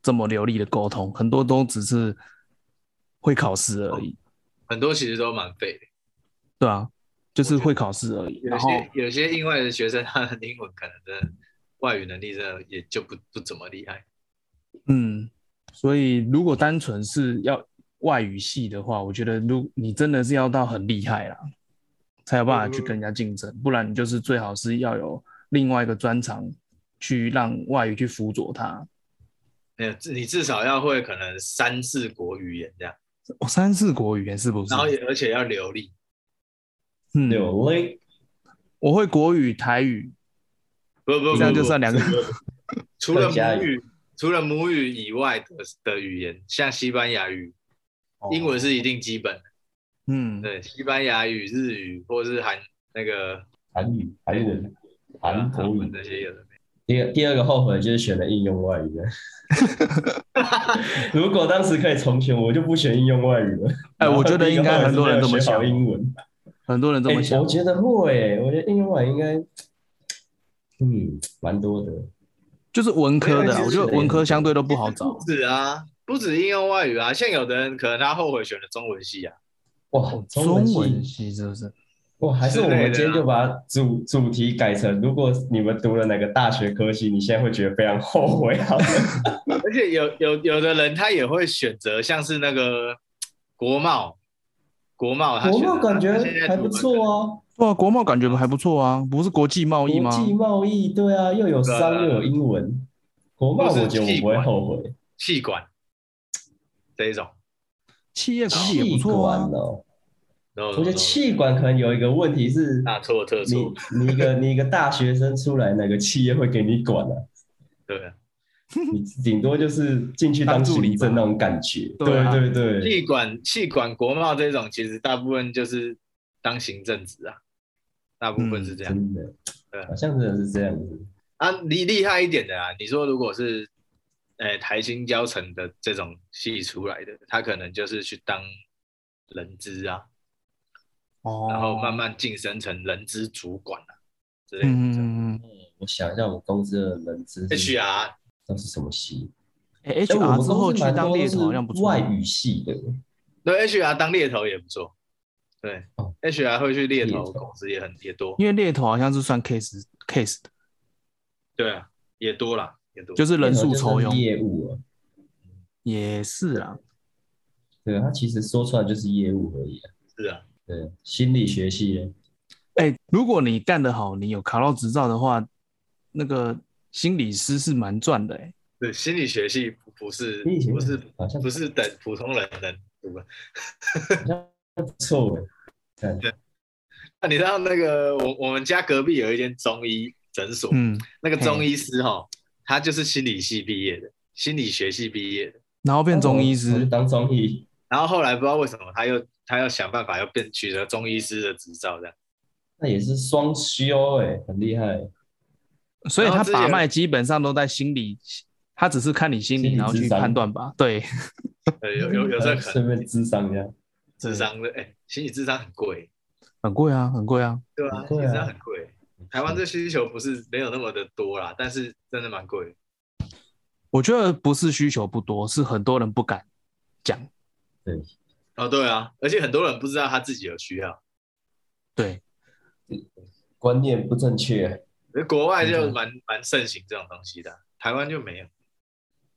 S4: 这么流利的沟通，很多都只是会考试而
S5: 哦
S4: 已，
S5: 很多其实都蛮废的，
S4: 对啊，就是会考试而已。
S5: 有
S4: 然后，
S5: 些有些另外的学生，他的英文可能真的外语能力真的也就不不怎么厉害。
S4: 嗯，所以如果单纯是要外语系的话，我觉得如你真的是要到很厉害啦，才有办法去跟人家竞争，不然你就是最好是要有另外一个专长去让外语去辅佐它。
S5: 没有，至你至少要会可能三四国语言这样，
S4: 哦，三四国语言是不是？
S5: 然后也而且要流利。
S4: 嗯，
S6: 有嘞，
S4: 我会国语、台语，
S5: 不不不，
S4: 这样就算
S5: 不
S4: 两个。
S5: 除
S4: [LAUGHS]
S5: 了
S6: 客家
S5: 母语，除了母语以外的的语言，像西班牙语、
S4: 哦
S5: 英文是一定基本的。
S4: 嗯，
S5: 对，西班牙语、日语或是韩那个
S6: 韩语、韩文、韩
S5: 韩
S6: 国
S5: 文
S6: 语。
S5: 那些有的没
S6: 第二第二个后悔就是选了应用外
S4: [LAUGHS]
S6: 语的。如果当时可以重选，我就不选应用外语了。
S4: 哎我觉得应该很多人这么
S6: 然
S4: 想
S6: 后第一个后悔是没有学好英文。
S4: 很多人这么
S6: 欸
S4: 想。
S6: 我觉得会，我觉得应用版应该，嗯，蛮多的。
S4: 就是文科的
S6: 对
S4: 啦，
S6: 其
S4: 我
S6: 实
S4: 觉得文科相对都不
S5: 有
S4: 好找
S5: 不。止啊，不止应用外语啊，像有的人可能他后悔选了中文系啊，
S6: 哇，
S4: 哦中
S6: 文
S4: 文
S6: 系
S4: 系是不是？
S6: 哇，还是我们今
S5: 之类的
S6: 天
S5: 啊
S6: 就把主主题改成，如果你们读了哪个大学科系，你现在会觉得非常
S5: [LAUGHS]
S6: 后悔。好了
S5: 而且有有有的人他也会选择像是那个国贸，国贸他
S6: 国
S5: 选
S6: 贸
S5: 择
S6: 感觉
S5: 他现在
S6: 还
S5: 读
S6: 不
S5: 文科
S6: 错啊，
S4: 对啊，国贸感觉还不错啊，不是国际贸易
S6: 国
S4: 吗？
S6: 际贸易对啊，又有
S5: 对啊
S6: 商又有英文，国贸
S5: 或是
S6: 我觉得我
S5: 气
S6: 不会
S5: 管
S6: 后悔。
S5: 气管这一种，
S4: 企业管理也
S6: 气
S4: 不错啊
S6: 管。哦，
S5: 我
S6: 我觉得气管可能有一个问题是，
S5: 大错特错，
S4: [LAUGHS]
S6: 你你一个你一个大学生出来，哪个企业会给你管啊？
S5: 对啊，
S6: 你顶多就是进去当
S4: 当助理
S6: 行政
S4: 吧
S6: 那种感觉。
S4: 对啊
S6: 对对对，
S5: 气管气管国贸这种，其实大部分就是当行政职啊，大部分是这样、
S6: 真的
S5: 啊对，
S6: 好像真的是这样子。
S5: 啊。厉厉害一点的啊，你说如果是，呃，台新教程的这种系出来的，他可能就是去当人资啊，
S4: 哦
S5: 然后慢，慢晋升成人资主管啊之类的。
S4: 嗯嗯嗯
S6: 我想一下，我们公司的人资
S5: HR
S6: 都是什么系？
S4: 哎
S6: 哎我们
S4: ，HR
S6: 公
S4: 之
S6: 司
S4: 后去
S6: 蛮
S4: 当
S6: 多
S4: 猎头好
S6: 是
S4: 像不错，哦
S6: 外语系的，
S5: 对 HR 当猎头也不错，对、
S6: 哦
S5: HR 会去猎
S6: 猎
S5: 头
S6: 头
S5: 公司也很也多，
S4: 因为猎头好像是算 case case 的，
S5: 对啊，也多啦，也多。
S4: 就是人数抽
S6: 就是
S4: 佣
S6: 业务啊。
S4: 也是啊，
S6: 对，它其实说出来就是业务而已啊。
S5: 是啊，
S6: 对，心理学系啊的，
S4: 哎，如果你干得好，你有考到执照的话，那个心理师是蛮赚的哎。
S5: 对，心理学系不不是
S6: 心理学
S5: 嗯不是
S6: 好像
S5: 不是等普通人能读的。
S6: 不错哎。
S5: 那啊你知道那个我我们家隔壁有一间中医诊所，
S4: 嗯，
S5: 那个中医师哈，他就是心理系毕业的，心理学系毕业的，
S4: 然后变中医
S6: 哦我就
S4: 师，
S6: 当中医，
S5: 然后后来不知道为什么他又他又想办法又变取得中医师的执照这样。
S6: 那也是双修哎，很厉害。
S4: 所以
S5: 然
S4: 他
S5: 后之前
S4: 把脉基本上都在心理，他只是看你心
S6: 心
S4: 理，
S6: 理
S4: 然后去
S6: 智商
S4: 判断吧。对， [LAUGHS]
S5: 呃，有有有这可
S6: [LAUGHS] 顺
S5: 能，
S6: 便智商一下。
S5: 智商的哎、心理智商很贵。
S4: 很贵啊，很贵啊。
S5: 对啊，
S6: 很
S5: 其
S6: 贵
S5: 实
S6: 啊
S5: 它很贵。台湾这需求不是没有那么的多啦，但是真的蛮贵。
S4: 我觉得不是需求不多，是很多人不敢讲。
S5: 哦，对啊，而且很多人不知道他自己有需要。
S4: 对，
S6: 观念不正确，啊
S5: 因为国外
S4: 真
S5: 就
S4: 的
S5: 蛮蛮盛行这种东西的，台湾就没有。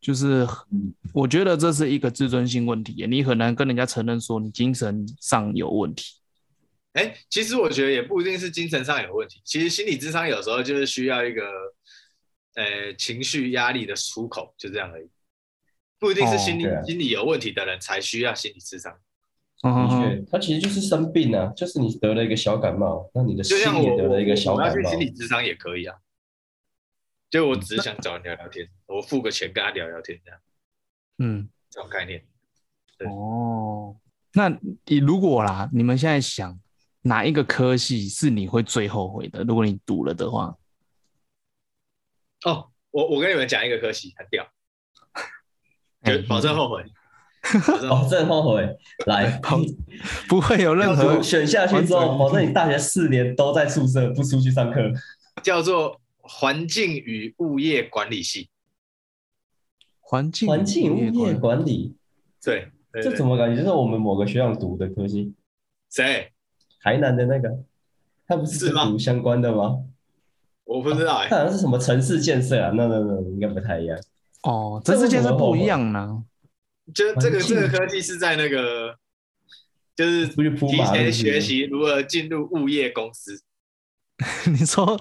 S4: 就是
S6: 嗯
S4: 我觉得这是一个自尊心问题，你很难跟人家承认说你精神上有问题。
S5: 哎，其实我觉得也不一定是精神上有问题，其实心理智商有时候就是需要一个，呃，情绪压力的出口，就这样而已。不一定是心理、
S6: 哦对啊
S5: 心理有问题的人才需要心理智商。
S6: 的
S4: 嗯
S6: 确，它其实就是生病啊，就是你得了一个小感冒，那你的
S5: 就
S6: 心
S5: 像
S6: 也
S5: 我
S6: 得了一个小
S5: 我要
S6: 感
S5: 去
S6: 冒
S5: 心。理智商也可以啊。就我只是想找你聊聊天，我付个钱跟他聊聊天这样，
S4: 嗯，
S5: 这种概念。对
S4: 哦，那你如果啦，你们现在想哪一个科系是你会最后悔的？如果你读了的话，
S5: 哦，我我跟你们讲一个科系很屌，
S4: 哎
S5: 就
S6: 嗯
S5: 保证后悔。保证后
S6: 保
S5: 悔
S6: 证哦后悔，来， [LAUGHS]
S4: 不会有任何
S6: 要选下去之后，保证你大学四年都在宿舍，不出去上课。
S5: 叫做环境与物业管理系。
S4: 环境
S6: 环境
S4: 业
S6: 物业
S4: 管
S6: 管理，
S5: 对，对
S6: 这
S5: 对
S6: 怎么感觉就是我们某个学长读的科系？
S5: 谁？
S6: 台南的那个，他不是
S5: 是吗
S6: 读相关的吗？
S5: 我不知道哎、
S6: 他好像是什么城市建设啊？那那那应该不太一样。
S4: 哦，
S6: 这
S4: 这之
S6: 为什
S4: 间
S6: 么
S4: 是
S6: 会后
S4: 不
S6: 悔
S4: 一样呢。 [LAUGHS]
S5: 就这个
S6: 环境
S5: 这个科技是在那个，就是
S6: 出去铺
S5: 提
S6: 马路
S5: 前
S6: 是不是
S5: 学习如何进入物业公司，
S4: 你说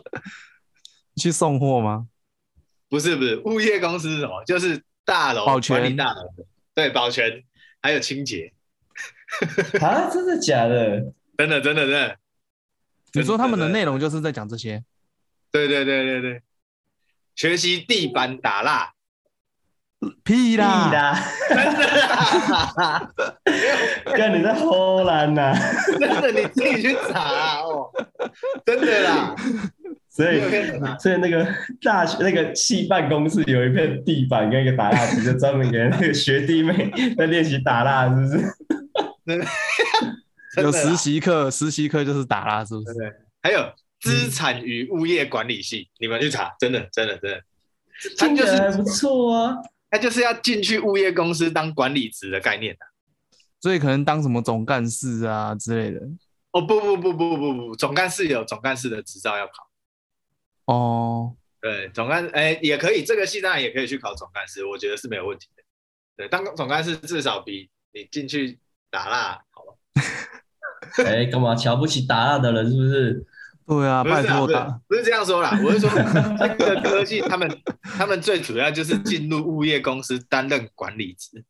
S4: 去送货吗？
S5: 不是不是，物业公司是什么？就是大楼
S4: 保全
S5: 管理大楼的，对，保全还有清洁，
S6: 啊，真的假的？
S5: 真的真的真的，
S4: 你说他们的
S5: 真
S4: 内容就是在讲这些，
S5: 对对对对对，学习地板打蜡， [LAUGHS]
S4: 屁啦！
S6: 屁啦！跟你在偷懒呐，
S5: 真的你自己去查啊、哦，真的啦，
S6: 所
S5: 没
S6: 以
S5: 有骗人啊，
S6: 所以那个大学那个系办公室有一片地板跟一个打蜡机，就专门给那个学弟妹 [LAUGHS] 在练习打蜡，是不是？
S5: 真
S4: 有
S5: 的啦
S4: 实习课，实习课就是打啦，是不是？
S5: 还有资产与物业管理系，你们去查，真的真的真的，他
S6: 听起
S5: 就
S6: 来还
S5: 是
S6: 不错啊。
S5: 他就是要进去物业公司当管理职的概念啊
S4: 所以可能当什么总干事啊之类的。
S5: 哦不不不不不不，总干事有总干事的执照要考。
S4: 哦，
S5: 对，总干哎、也可以，这个系当然也可以去考总干事，我觉得是没有问题的。对，当总干事至少比你进去打蜡好吧？
S6: 哎，干嘛瞧不起打蜡的人是不是？
S4: 对啊，
S5: 不是
S4: 拜
S5: 啊，
S4: 托
S5: 不是
S4: 打，
S5: 不是这样说啦，我是说这个科技他们他们最主要就是进入物业公司担任管理职，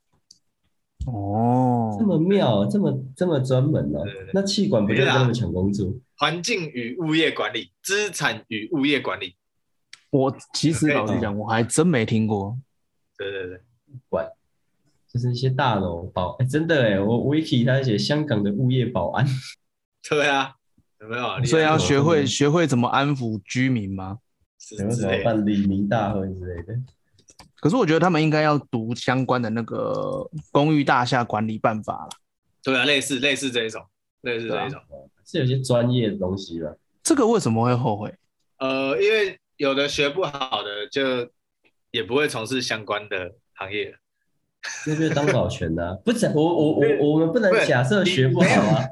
S4: 哦
S6: 这，么妙，这么这么专门哦
S5: 对对对。
S6: 那气管不就跟
S4: 啊
S6: 他们抢工作？
S5: 环境与物业管理、资产与物业管理。
S4: 我其实
S5: 可以
S4: 老实讲，我还真没听过。
S5: 对对对，
S6: 就是一些大楼保，哎，真的哎，我 Wiki 他写香港的物业保
S4: [LAUGHS]
S6: 安，
S5: 对啊，有没有？
S4: 所以要学
S6: 嗯
S4: 会学会怎么安抚居民吗？
S5: 之
S6: 有没有
S5: 之
S6: 什么
S5: 类的，
S6: 办李明大会之类的？
S4: 可是我觉得他们应该要读相关的那个公寓大厦管理办法啦。
S5: 对啊，类似类似这一种，类似
S4: 啊
S5: 这一种。
S6: 是有些专业的东西吧？
S4: 这个为什么会后悔？
S5: 呃，因为有的学不好的就也不会从事相关的行业了。
S6: 那就是当保全的啊、不是我我我我们不能
S5: 不是
S6: 假设学不好啊，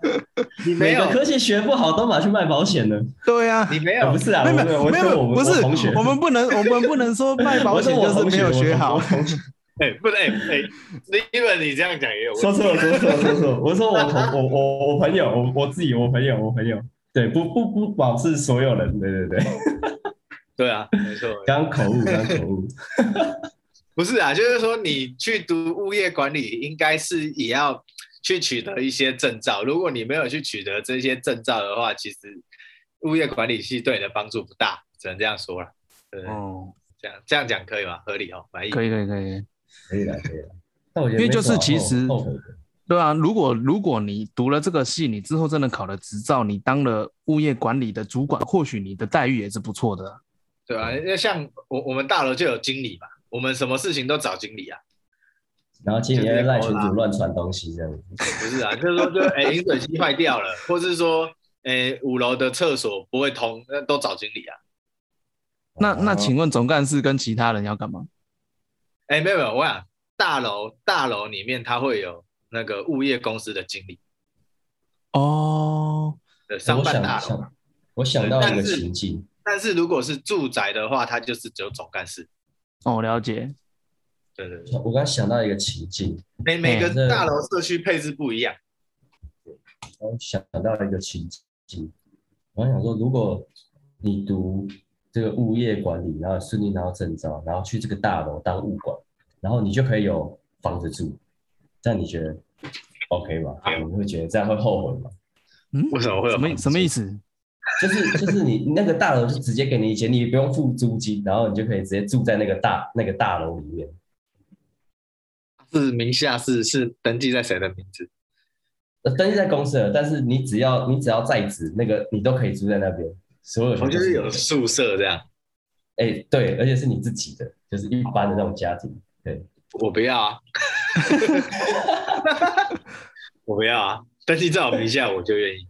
S5: 你
S6: 每个科系学不好都马去卖保险的，
S4: 对呀、啊
S5: 你。没
S6: 啊
S5: 有
S6: 不，是啊，
S4: 没有
S6: 我
S4: 没有
S6: 我
S4: 没有
S6: 我
S4: 不
S6: 们
S4: 是
S6: 同学，
S4: 我们不能我们不能说卖保险
S6: 我说我
S4: 就是
S6: 同
S4: 没
S6: 学
S4: 有学好
S6: 我，同学
S5: 哎，不是，哎哎，因为你这样讲也有
S6: 说
S5: 问题。
S6: 错了说错了说错了，我说我同我我我朋友，我我自己我朋友我朋友，对不不不保是所有人，对对对，
S5: 对啊，没错。
S6: 刚口误刚
S5: [LAUGHS]
S6: 口误，
S5: 不是啊，就是说你去读物业管理，应该是也要去取得一些证照。如果你没有去取得这些证照的话，其实物业管理系对你的帮助不大，只能这样说了。对，
S4: 哦，
S5: 这样这样讲可以吗？合理哦，满意。
S4: 可以可以可以，
S6: 可以了可以了，但我觉得
S4: 因为
S6: 没
S4: 就
S6: 什么
S4: 是其
S6: 后
S4: 实
S6: 后悔的
S4: 对啊，如果如果你读了这个系，你之后真的考了执照，你当了物业管理的主管，或许你的待遇也是不错的。
S5: 对啊，那像我我们大楼就有经理嘛，我们什么事情都找经理啊，
S6: 然后今年赖群主乱传东西这样子，
S5: 不是啊，就是说就是哎、饮水机坏掉了， [LAUGHS] 或是说哎、五楼的厕所不会通，那都找经理啊。
S4: 那那
S6: 哦
S4: 请问总干事跟其他人要干嘛？
S5: 哎、没有没有，我想大楼大楼里面它会有那个物业公司的经理，
S4: 哦，
S5: 对，商
S6: 哎我
S5: 办
S6: 想
S5: 大楼。
S6: 想，我想到一个
S5: 但是
S6: 情境，
S5: 但是如果是住宅的话，它就是只有总干事。
S4: 哦，了解。
S5: 对对对，
S6: 我刚想到一个情境，
S5: 每每
S4: 哎
S5: 个
S6: 这
S5: 大楼社区配置不一样。
S6: 我想到一个情境，我想说，如果你读这个物业管理，然后顺利拿到证照，然后去这个大楼当物管，然后你就可以有房子住，这样你觉得 OK 吗？你们会觉得这样会后悔吗？
S4: 嗯，
S5: 为什么会有
S4: 什么
S5: 房子
S4: 什么意思？
S6: 就是就是你你那个大楼就直接给你钱，你不用付租金，然后你就可以直接住在那个大那个大楼里面。
S5: 是名下是是登记在谁的名字？
S6: 呃登记在公司了，但是你只要你只要在职，那个你都可以住在那边，所有
S5: 我
S6: 权
S5: 就
S6: 都
S5: 是
S6: 是
S5: 有
S6: 你的
S5: 宿舍这样。
S6: 哎、对，而且是你自己的，就是一般的那种家庭。对，
S5: 我不要啊，我不要啊，登记在我名下我就愿意。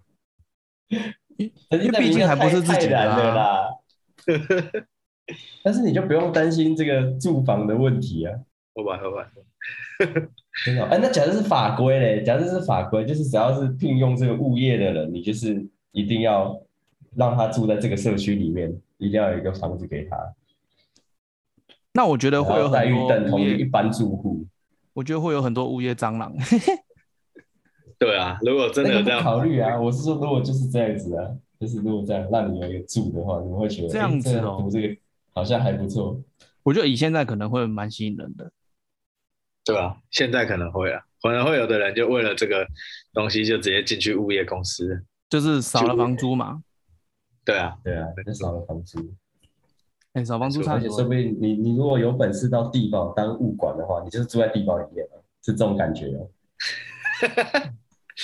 S6: 因
S4: 因为毕竟还不是自己的啊
S6: 的啦。 [LAUGHS] 但是你就不用担心这个住房的问题啊，
S5: 我玩我玩，
S6: 真的哦。哎、那假设是法规嘞，假设是法规，就是只要是聘用这个物业的人，你就是一定要让他住在这个社区里面，一定要有一个房子给他，
S4: 那我觉得会
S6: 然
S4: 有
S6: 后待
S4: 很
S6: 遇等
S4: 多物
S6: 同于一
S4: 业，
S6: 般住户。
S4: 我觉得会有很多物业蟑螂。 [LAUGHS]
S5: 对啊，如果真的
S6: 那
S5: 有这
S6: 个不
S5: 样，
S6: 考虑啊，我是说，如果就是这样子啊，就是如果这样让你有一个住的话，你会觉得
S4: 这样子
S6: 诶
S4: 哦
S6: 这读这个好像还不错。
S4: 我觉得以现在可能会蛮吸引人的。
S5: 对啊，现在可能会啊，可能会有的人就为了这个东西就直接进去物业公司。
S4: 就是少了房租嘛，
S5: 对啊，
S6: 对啊，就少了房租，
S4: 哎、少房租差
S6: 而
S4: 很
S6: 且说
S4: 多。
S6: 不定你你如果有本事到地堡当物管的话，你就是住在地堡里面了，是这种感觉
S5: [LAUGHS]
S6: 哦。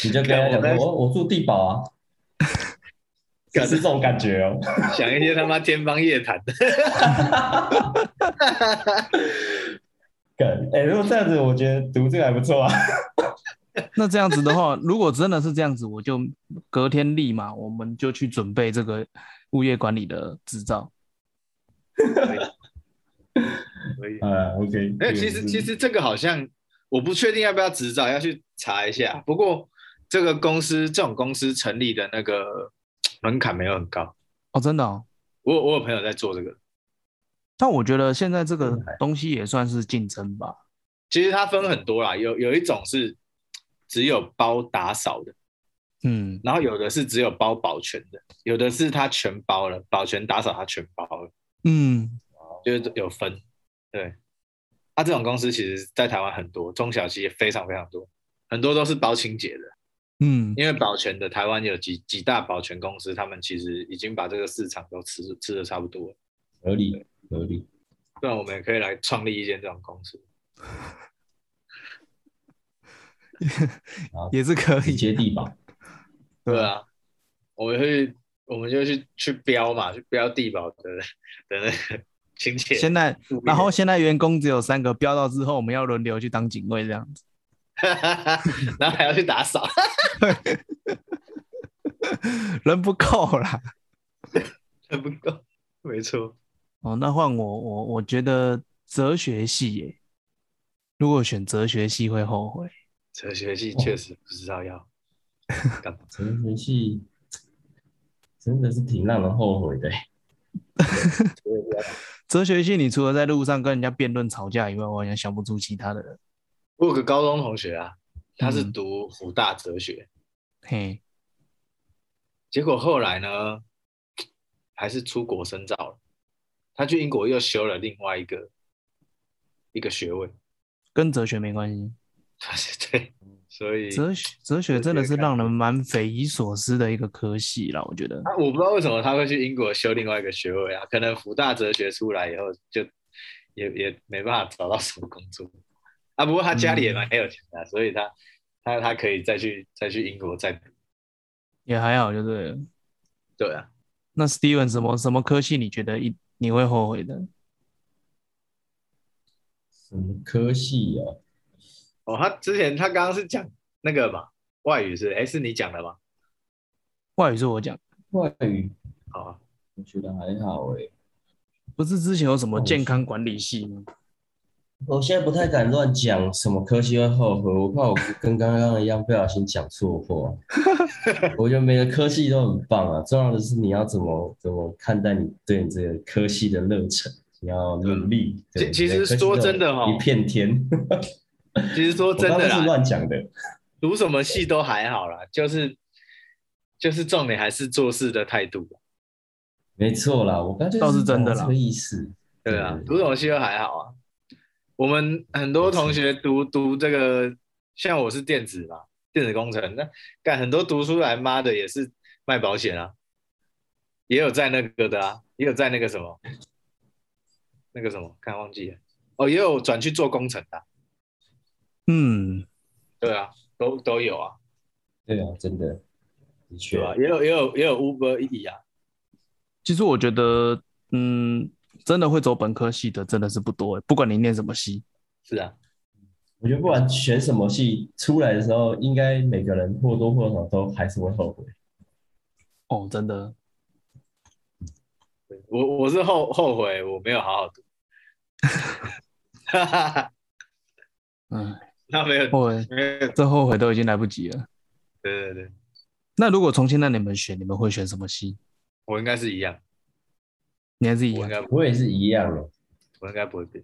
S6: 你就跟他讲
S5: 看我在
S6: 说，我我住地堡
S5: [LAUGHS]
S6: 啊，
S5: 干
S6: 是这种感觉哦。
S5: 想一些他妈天方夜谭的。
S6: 干，哎，如果这样子，我觉得读这个还不错啊。 [LAUGHS]
S4: 那这样子的话，如果真的是这样子，我就隔天立马我们就去准备这个物业管理的执照。
S5: 可以
S6: 啊，OK，
S5: 没有，其实其实这个好像我不确定要不要执照，要去查一下。不过这个公司这种公司成立的那个门槛没有很高。
S4: 哦，真的哦。
S5: 我有我有朋友在做这个，
S4: 但我觉得现在这个东西也算是竞争吧。
S5: 其实它分很多啦，有有一种是只有包打扫的，
S4: 嗯，
S5: 然后有的是只有包保全的，有的是它全包了，保全打扫它全包了，
S4: 嗯，
S5: 就是有分。对，它、这种公司其实在台湾很多，中小企业非常非常多，很多都是包清洁的。
S4: 嗯，
S5: 因为保全的台湾有几几大保全公司，他们其实已经把这个市场都吃吃的差不多了。
S6: 合理合理。
S5: 不然我们也可以来创立一间这种公司。
S4: 也是可
S6: 直
S4: 以。
S6: 接地堡，
S5: 对啊，我们会，我们就去去标嘛，去标地保的的那个亲戚。
S4: 现在，然后现在员工只有三个，标到之后我们要轮流去当警卫这样子。
S5: [LAUGHS]
S4: [LAUGHS]
S5: 然后还要去打扫，
S4: 人不够啦。
S5: 还不够，没错。
S4: 哦，那换我，我我觉得哲学系耶，如果选哲学系会后悔。
S5: 哲学系确实不知道要干嘛。
S6: 哲学系真的是挺让人后悔的欸。
S4: 哲学系你除了在路上跟人家辩论吵架以外，我好像想不出其他的了。
S5: 我有个高中同学啊，他是
S4: 嗯
S5: 读辅大哲学，
S4: 嘿，
S5: 结果后来呢，还是出国深造了。他去英国又修了另外一个一个学位， [LAUGHS]
S4: 跟哲学没关系。
S5: 对，所以
S4: 哲学哲学真的是
S5: 哲学
S4: 让人蛮匪夷所思的一个科系啦，我觉得。
S5: 啊我不知道为什么他会去英国修另外一个学位啊，可能福大哲学出来以后就也也没办法找到什么工作啊。不过他家里也蛮有钱的啊、所以他他他可以再去再去英国再读。
S4: 也还好，就对了。
S5: 对啊，
S4: 那 Steven 什么什么科系你觉得一你会后悔的？
S6: 什么科系哦？
S5: 哦，他之前他刚刚是讲那个嘛，外语是哎是你讲的吗？
S4: 外语是我讲，
S6: 外语
S5: 哦，
S6: 我觉得还好欸诶。
S4: 不是之前有什么健康管理系吗？
S6: 我现在不太敢乱讲什么科系会后悔，我怕我跟刚刚一样不小心讲错
S5: [LAUGHS]
S6: 话。我觉得每个科系都很棒啊，重要的是你要怎么怎么看待你对你这个科系的热忱，你要努力。
S5: 嗯其
S6: 对
S5: 其实
S6: 每个科系
S5: 说
S6: 都有
S5: 真的哦
S6: 一片天。
S5: 其实 [LAUGHS] 说真
S6: [LAUGHS] 我
S5: 的
S6: 刚刚
S5: 啦，
S6: 是乱讲的。
S5: 读什么系都还好啦，就是就是重点还是做事的态度。啊
S6: 没错啦，我刚才
S4: 倒是真的啦
S6: 讲这个意思。
S5: 对啊，读什么系都还好啊。我们很多同学读读这个，像我是电子嘛，电子工程，那干很多读出来，妈的也是卖保险啊，也有在那个的啊，也有在那个什么，那个什么，看忘记了，哦，也有转去做工程的啊、
S4: 嗯，
S5: 对啊，都都有啊，
S6: 对啊，真的，的确
S5: 对，啊吧、也有也有也有 Uber E 啊，
S4: 其实我觉得，嗯，真的会走本科系的真的是不多欸，不管你念什么系，
S5: 是啊，
S6: 我觉得不管选什么系，出来的时候，应该每个人或多或少都还是会后悔。
S4: 哦，真的。
S5: 对我我是后后悔我没有好好读， [LAUGHS] 哈哈哈，
S4: 嗯，
S5: 那没有
S4: 后悔，
S5: 没有，
S4: 这后悔都已经来不及了。
S5: 对对对。
S4: 那如果从现在你们选，你们会选什么系？
S5: 我应该是一样，
S4: 你还是一
S5: 我应？
S4: 样
S5: 该不
S6: 我也是一样啊的，
S5: 我应该不会变。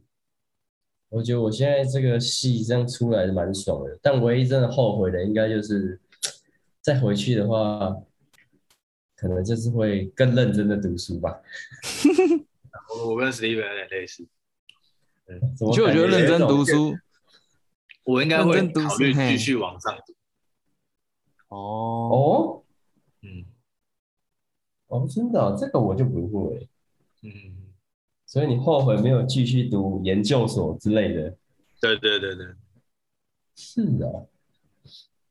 S6: 我觉得我现在这个系这样出来蛮爽的，但唯一真的后悔的，应该就是再回去的话，可能就是会更认真的读书吧。
S5: 我我跟 Steven 有点类似，
S6: 怎么
S4: 就我
S6: 感
S4: 觉得认真读
S6: 有一种，
S4: 书
S5: 我应该会
S4: 认真读书
S5: 考虑
S4: 嘿
S5: 继续往上读。
S4: 哦，
S6: 哦
S5: 嗯
S6: 哦，真的哦、这个我就不会。
S5: 嗯，
S6: 所以你后悔没有继续读研究所之类的？
S5: 对对对对，
S6: 是啊，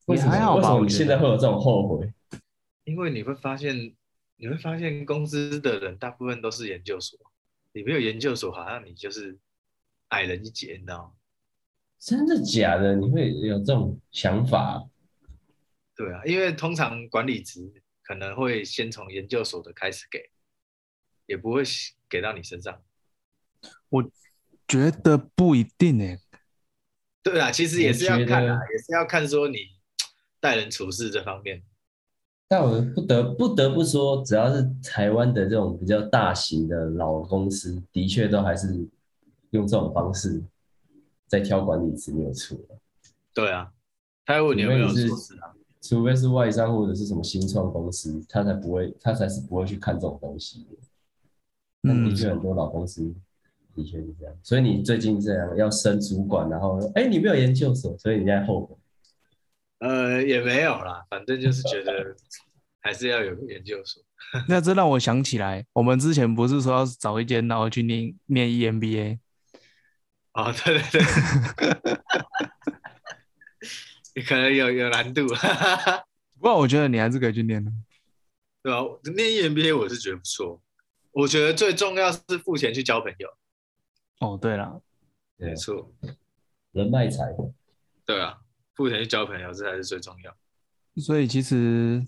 S6: 为什
S4: 也还好
S6: 么？为什么
S4: 吧我
S6: 你
S4: 觉得
S6: 现在会有这种后悔？
S5: 因为你会发现，你会发现公司的人大部分都是研究所，你没有研究所，好像你就是矮人一截，你知道吗？
S6: 真的假的？你会有这种想法？
S5: 对啊，因为通常管理职可能会先从研究所的开始给，也不会给到你身上。
S4: 觉得不一定欸诶、
S5: 对啊，其实也是要
S6: 我觉得
S5: 看啊，也是要看说你待人处事这方面。
S6: 但我不得不得不说，只要是台湾的这种比较大型的老公司，的确都还是用这种方式在挑管理职，没有错。
S5: 对啊，他会问你有没有硕士啊？
S6: 除非是外商或者是什么新创公司，他才不会，他才是不会去看这种东西。但的
S4: 嗯，
S6: 确很多老公司的确是这样，所以你最近这样要升主管，然后哎、你没有研究所，所以你现在后悔。
S5: 呃，也没有啦，反正就是觉得还是要有个研究所。
S4: 那这让我想起来，我们之前不是说要找一间然后去念念 E EMBA，
S5: 哦，对对对，你可能有有难度， [LAUGHS]
S4: 不过我觉得你还是可以去念的。
S5: 对吧？念 EMBA 我是觉得不错，我觉得最重要是付钱去交朋友，
S4: 哦，对了，
S6: 对
S5: 没，错，
S6: 人脉财，
S5: 对啊，付钱去交朋友这才是最重要。
S4: 所以其实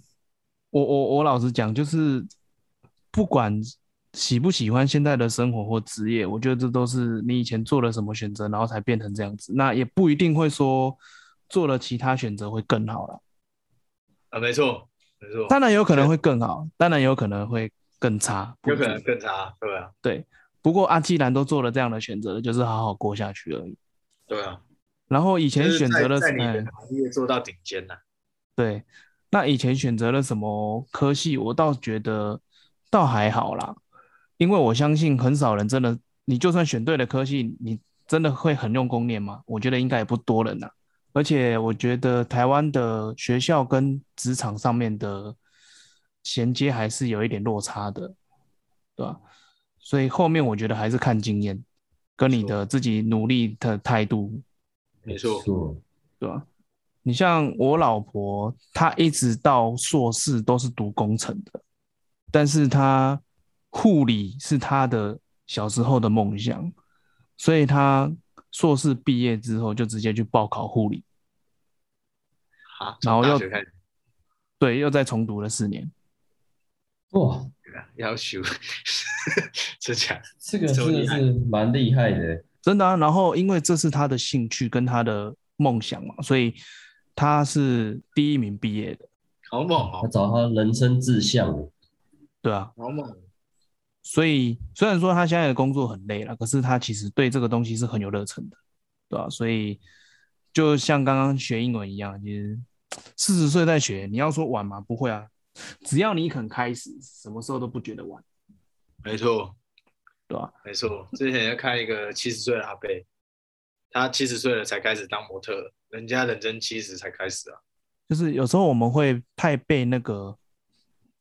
S4: 我我我老实讲，就是不管喜不喜欢现在的生活或职业，我觉得这都是你以前做了什么选择，然后才变成这样子。那也不一定会说做了其他选择会更好了，
S5: 啊，没错，没错，
S4: 当然有可能会更好，当然有可能会更差，不
S5: 有
S4: 一
S5: 可
S4: 定
S5: 能更差，对啊，
S4: 对。不过啊，既然都做了这样的选择，就是好好过下去而已。
S5: 对啊，
S4: 然后以前
S5: 就是
S4: 选择
S5: 在
S4: 了
S5: 在你
S4: 哎
S5: 的行业做到顶尖呐、
S4: 对，那以前选择了什么科系，我倒觉得倒还好啦，因为我相信很少人真的，你就算选对了科系，你真的会很用功念吗？我觉得应该也不多人呐。而且我觉得台湾的学校跟职场上面的衔接还是有一点落差的，对吧？所以后面我觉得还是看经验，跟你
S5: 哦
S4: 的自己努力的态度
S5: 没错
S6: 错，
S4: 对吧、你像我老婆，她一直到硕士都是读工程的，但是她护理是她的小时候的梦想，所以她硕士毕业之后就直接去报考护理，
S5: 啊，啊，
S4: 然后
S5: 从大
S4: 又
S5: 学开始
S4: 对，又再重读了四年。
S6: 哇，
S5: 要求， [LAUGHS] 真假？
S6: 这个
S5: 这么
S6: 真的
S5: 厉害
S6: 是蛮厉害的，
S4: 真的啊。然后因为这是他的兴趣跟他的梦想嘛，所以他是第一名毕业的，
S5: 好猛
S6: 他
S5: 哦，
S6: 找他人生志向了，
S4: 对啊。
S5: 好猛！
S4: 所以虽然说他现在的工作很累了，可是他其实对这个东西是很有热忱的，对吧、所以就像刚刚学英文一样，其实四十岁再学，你要说晚吗？不会啊，只要你肯开始，什么时候都不觉得晚，
S5: 没错，
S4: 对吧、
S5: 没错。之前要看一个七十岁的阿伯，他七十岁了才开始当模特，人家人真七十才开始啊。
S4: 就是有时候我们会太被那个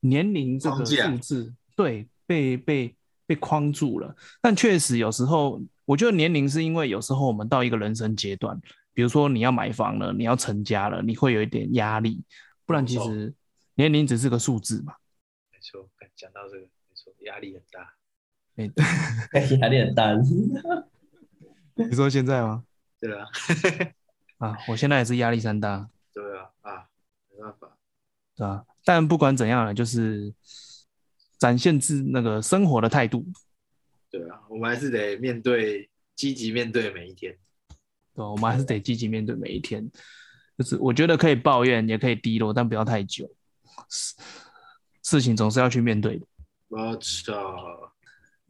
S4: 年龄这个
S5: 框架
S4: 数字，对，被被被框住了。但确实有时候，我觉得年龄是因为有时候我们到一个人生阶段，比如说你要买房了，你要成家了，你会有一点压力，不然其实年龄只是个数字嘛。
S5: 没错，干讲到这个，没错，压力很大。
S4: 你
S6: 哎压力很大， [LAUGHS]
S4: 你说现在吗？
S5: 对啊，
S4: 啊，我现在也是压力山大，
S5: 对啊，啊，没办法，
S4: 对吧、但不管怎样呢，就是展现自那个生活的态度，
S5: 对啊，我们还是得面对，积极面对每一天。
S4: 对，我们还是得积极面对每一天。就是我觉得可以抱怨，也可以低落，但不要太久。事事情总是要去面对的。
S5: 我操，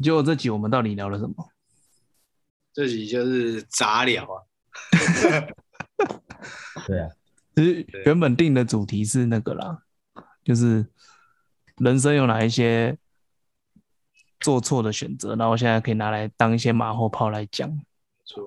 S4: 结果这集我们到底聊了什么？
S5: 这集就是杂聊啊。
S6: 对啊，
S4: 其实原本定的主题是那个啦，就是人生有哪一些做错的选择，然后现在可以拿来当一些马后炮来讲。
S5: 没错，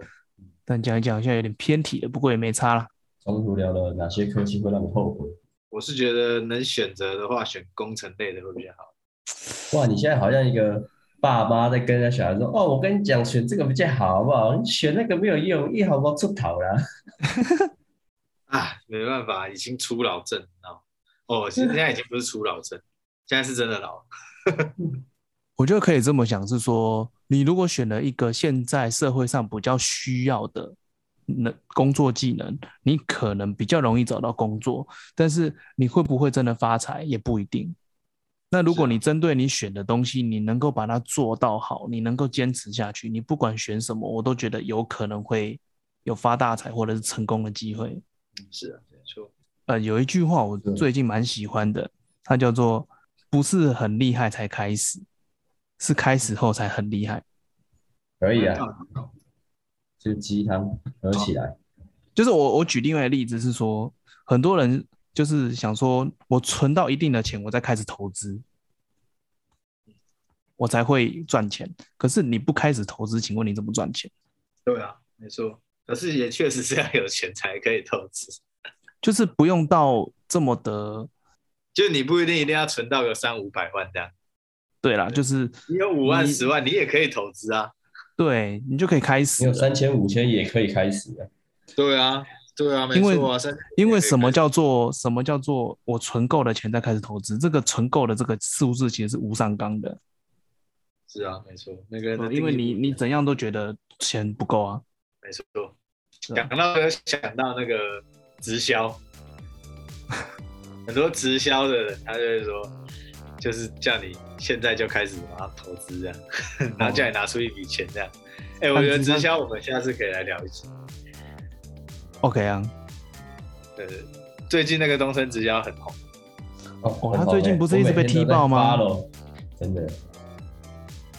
S4: 但讲一讲好像有点偏题了，不过也没差啦。
S6: 中途聊了哪些科技会让你后悔？
S5: 我是觉得能选择的话，选工程类的会比较好。
S6: 哇，你现在好像一个爸妈在跟他小孩说：“哦，我跟你讲，选这个比较好，好不好？你选那个没有用，一毫不出头啦。
S5: 啊，没办法，已经初老症，你知道吗？ [LAUGHS] 哦，现在已经不是初老症，现在是真的老了。
S4: 我觉得可以这么想，是说你如果选了一个现在社会上比较需要的能工作技能，你可能比较容易找到工作，但是你会不会真的发财也不一定。那如果
S5: 是啊
S4: 你针对你选的东西，你能够把它做到好，你能够坚持下去，你不管选什么，我都觉得有可能会有发大财或者是成功的机会。
S5: 是啊，没错，
S4: 呃，有一句话我
S6: 对
S4: 最近蛮喜欢的，它叫做“不是很厉害才开始，是开始后才很厉害
S6: 可以啊，就鸡汤合起来，”。
S4: 就是我我举另外的例子是说，很多人就是想说我存到一定的钱，我再开始投资，我才会赚钱。可是你不开始投资，请问你怎么赚钱？
S5: 对啊，没错。可是也确实是要有钱才可以投资。
S4: 就是不用到这么的
S5: 就是你不一定一定要存到个三五百万这样，
S4: 对啦，就是
S5: 你有五万、
S4: 你
S5: 十万，你也可以投资啊。
S4: 对你就可以开始
S6: 你有
S4: 了，
S6: 三千五千也可以开始啊。
S5: 对啊，对啊，没
S4: 因为
S5: 错啊，三
S4: 因为什么叫做什么叫做我存够的钱再开始投资？这个存够的这个数字其实是无上纲的，
S5: 是啊，没错，每个人的
S4: 呃
S5: 定义
S4: 因为
S5: 不一
S4: 你
S5: 样
S4: 你怎样都觉得钱不够啊。
S5: 没错，
S4: 对啊
S5: 讲到想到那个直销，很多直销的人他就会说，就是叫你现在就开始马上投资这样，
S4: 哦
S5: 然后叫你拿出一笔钱这样。哎、我觉得直销我们下次可以来聊一集。
S4: OK 啊，
S5: 对对，对最近那个东升直销很红，
S6: 哦
S4: 哦他最近不是一直被踢爆
S6: 我每天
S4: 吗？
S6: 都在 follow，真的，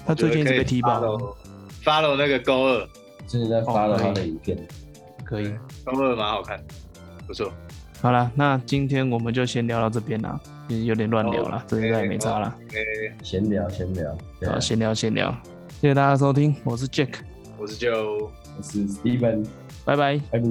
S4: 他最近一直被踢爆，
S5: follow follow 那个勾二，
S6: 最
S4: 哦
S6: 近在发了他的影片。
S4: 可以。
S5: 勾二蛮好看的，不错。
S4: 好了，那今天我们就先聊到这边啦，也有点乱聊了
S5: 哦，
S4: 这应该也没差啦，
S6: 闲聊闲聊，对啊
S4: 好，，闲聊闲聊，谢谢大家收听，我是 Jack，
S5: 我是就。
S6: 我是 Steven，
S4: 拜拜。
S6: 拜拜。